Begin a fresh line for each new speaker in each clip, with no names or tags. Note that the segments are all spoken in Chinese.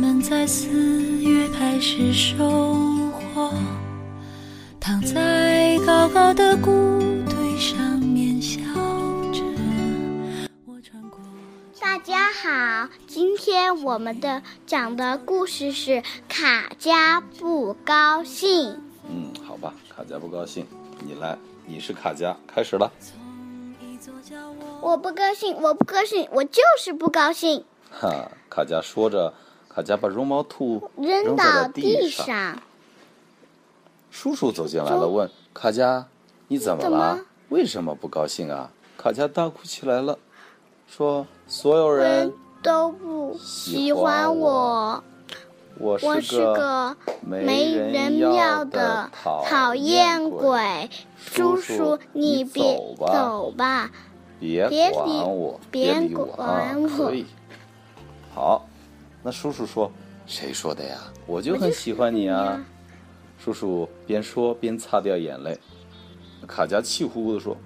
能在四月开始收获。躺在高高的谷堆上面笑着。我穿过。
大家好，今天我们的讲的故事是《卡加不高兴》。
嗯，好吧，卡佳不高兴，你来，你是卡佳，开始了。
从一座角落
我不高兴，我不高兴，我就是不高兴。
哈，卡佳说着，卡佳把绒毛兔扔
扔
在
到
了
地
上。
上，
叔叔走进来了，问卡佳：“你怎么
怎
了
么？
为什么不高兴啊？”卡佳大哭起来了，说：“所有人，
都不
喜
喜
欢
欢
我
我，
我是
我是个
没
没
人
人
要
要
的
的
讨
讨厌
厌鬼，
鬼。
叔
叔
叔
叔，
你
你别
走吧
走吧，
别
别
管
理
我，
别
理我啊
管！”我
可以。好，那叔叔说：“谁说的呀？我就很喜欢你啊！”叔叔边说边擦掉眼泪。卡佳气呼呼地说：“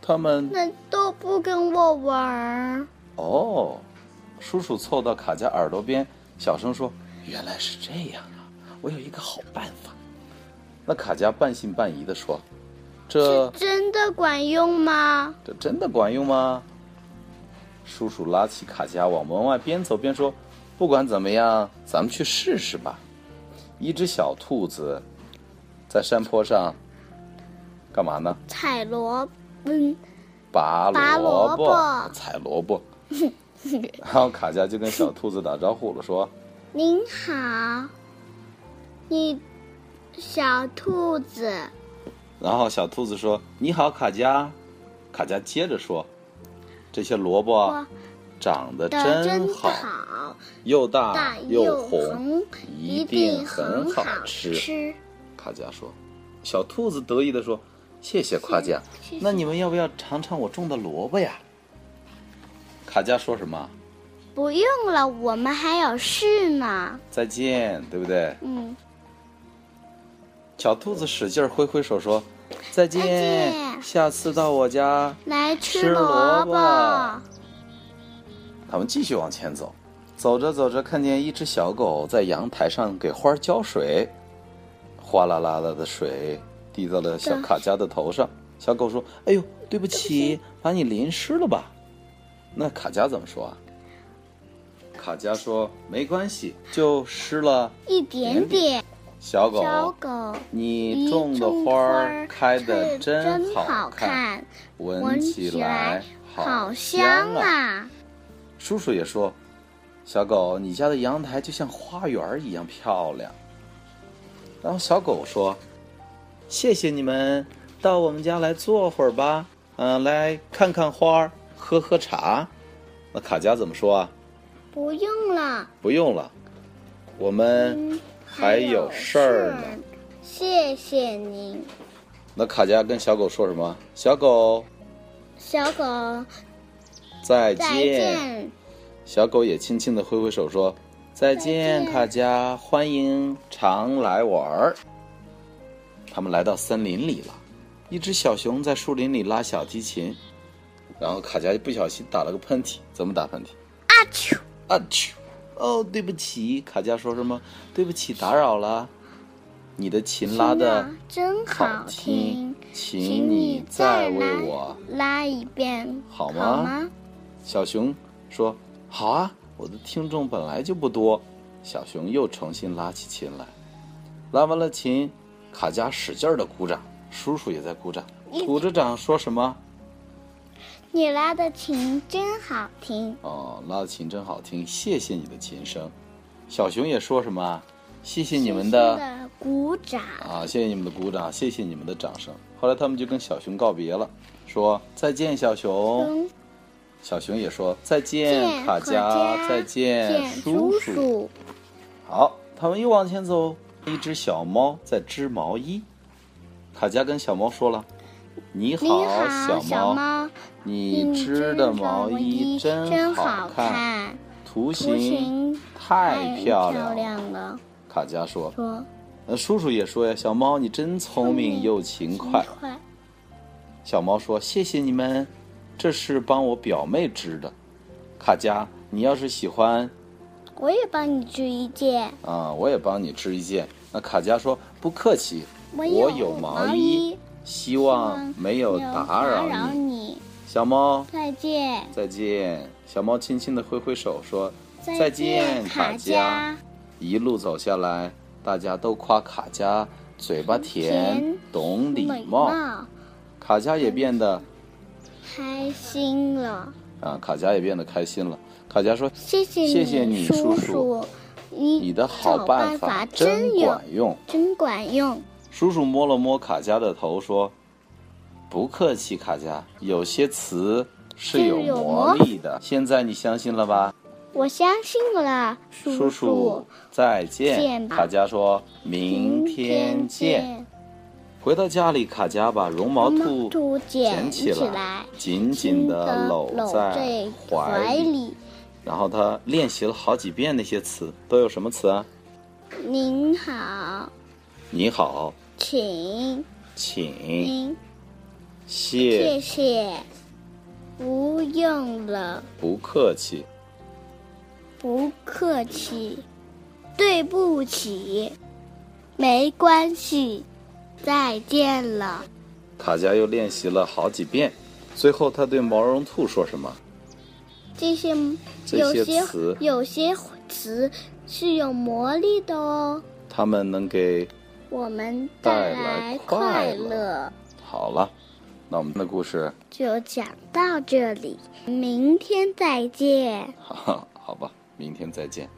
他们
那都不跟我玩儿。
哦，叔叔凑到卡佳耳朵边，小声说：“原来是这样啊，我有一个好办法。”那卡佳半信半疑地说：“这
真的管用吗？
这真的管用吗？”叔叔拉起卡佳往门外边走边说：“不管怎么样，咱们去试试吧。”一只小兔子在山坡上干嘛呢？
采萝，嗯，
拔
拔
萝
萝
卜
卜、
采萝卜。然后卡佳就跟小兔子打招呼了，说。
您好，你小兔子，
然后小兔子说：“你好，卡佳。”卡佳接着说：“这些萝卜
哇
长得
的啊真
好，
好，
又大
大
又红。
红，
一
一
定
定
很
很
好
好
吃
吃。”
卡佳说：“小兔子得意地说：‘谢谢夸奖，
谢谢
那你们要不要尝尝我种的萝卜呀？’”卡佳说什么？
不用了，我们还有事呢。
再见，对不对？
嗯，
小兔子使劲儿挥挥手说：“再见，
见
下次到我家
来
吃
吃
萝
萝
卜他们继续往前走，走着走着，看见一只小狗在阳台上给花儿浇水，哗啦啦啦的水滴到了小卡佳的头上。小狗说：“哎呦，对不起，把你淋湿了吧？”那卡佳怎么说啊？卡佳说：“没关系，就湿了。
一点点。
小狗，
小狗，
你
一
种的
种
花儿
儿
开的
是真
好
好
看，
看，
闻
闻
起来
好
香啊
香！”啊！
叔叔也说：“小狗，你家的阳台就像花园儿一样漂亮。”然后小狗说：“谢谢你们，到我们家来坐会儿吧，嗯、来看看花儿，喝喝茶。”那卡佳怎么说啊？
不用了，
不用了，我们还有事儿呢。
呢。谢谢您，
那卡佳跟小狗说什么？小狗
小狗，
再
再见。
小狗也轻轻地挥挥手说：“再见，
再见
卡佳，欢迎常来玩儿。”他们来到森林里了，一只小熊在树林里拉小提琴，然后卡佳不小心打了个喷嚏，怎么打喷嚏？
啊啾！
啊啾！哦，对不起，卡佳说什么？对不起，打扰了。你的琴拉的
听啊真
好
好听，
请你再为我。
拉一遍，
好吗
好吗？
小熊说：“好啊，我的听众本来就不多。”小熊又重新拉起琴来，拉完了琴，卡佳使劲的鼓掌，叔叔也在鼓掌，鼓着掌说什么？
你拉的琴真好听，
哦，拉的琴真好听，谢谢你的琴声。小熊也说什么？谢谢你们的
深深地鼓掌，
啊，谢谢你们的鼓掌，谢谢你们的掌声。后来他们就跟小熊告别了，说再见，小熊。
跟
小熊也说再见，
见
卡
卡
佳，
佳
再见，
见
叔
叔
叔。
叔。
好，他们又往前走，一只小猫在织毛衣。卡佳跟小猫说了：“你好，
你好，
小
小，猫，
你织
织
的
毛
毛衣
真
好
好，看，
图
图
形
形
太漂
亮
亮了。
了。”
卡佳说
说：“
呃，叔叔也说呀，小猫你真聪
聪
明
明
又勤快。”
快，
小猫说：“谢谢你们，这是帮我表妹织的。”卡佳，你要是喜欢
我也帮你织一件，
啊，我也帮你织一件。那卡佳说不客气，
我
我
有
毛
毛
衣
衣，
希望没有打
扰
扰你。
你。
小猫
再见，
再见。小猫轻轻地挥挥手说再
再
见，
卡
卡佳。
佳。
一路走下来，大家都夸卡佳嘴巴甜
甜，
懂礼
美
貌。卡佳也变得
开心了，
啊，卡佳也变得开心了。卡佳说
谢谢
谢谢你
叔
叔叔
你：“
你的好
找
办
法
法
真
真
有
管用。”
真管用。
叔叔摸了摸卡佳的头，说：“不客气，卡佳，有些词是有魔力的。现在你相信了吧？”
我相信了，
叔
叔，
再见。
见吧
卡佳说：“明天见。。”回到家里，卡佳把绒毛兔
兔捡
捡起来
来，，
紧紧
紧
地
地
搂在
在
怀里。
里。
然后他练习了好几遍那些词，都有什么词啊？
您好，
你好，
请
请，
您
谢
谢，谢，不用了，
不客气，
不客气，对不起，没关系，再见了，
卡佳又练习了好几遍，最后他对毛绒兔说什么？
这些
这
有
些
些
词
有些词是有魔力的哦。
他们能给
我们
带
带
来
来
快
快
乐
乐，
好了。那我们的故事，
就讲到这里，明天再见。
哈哈，好吧，明天再见，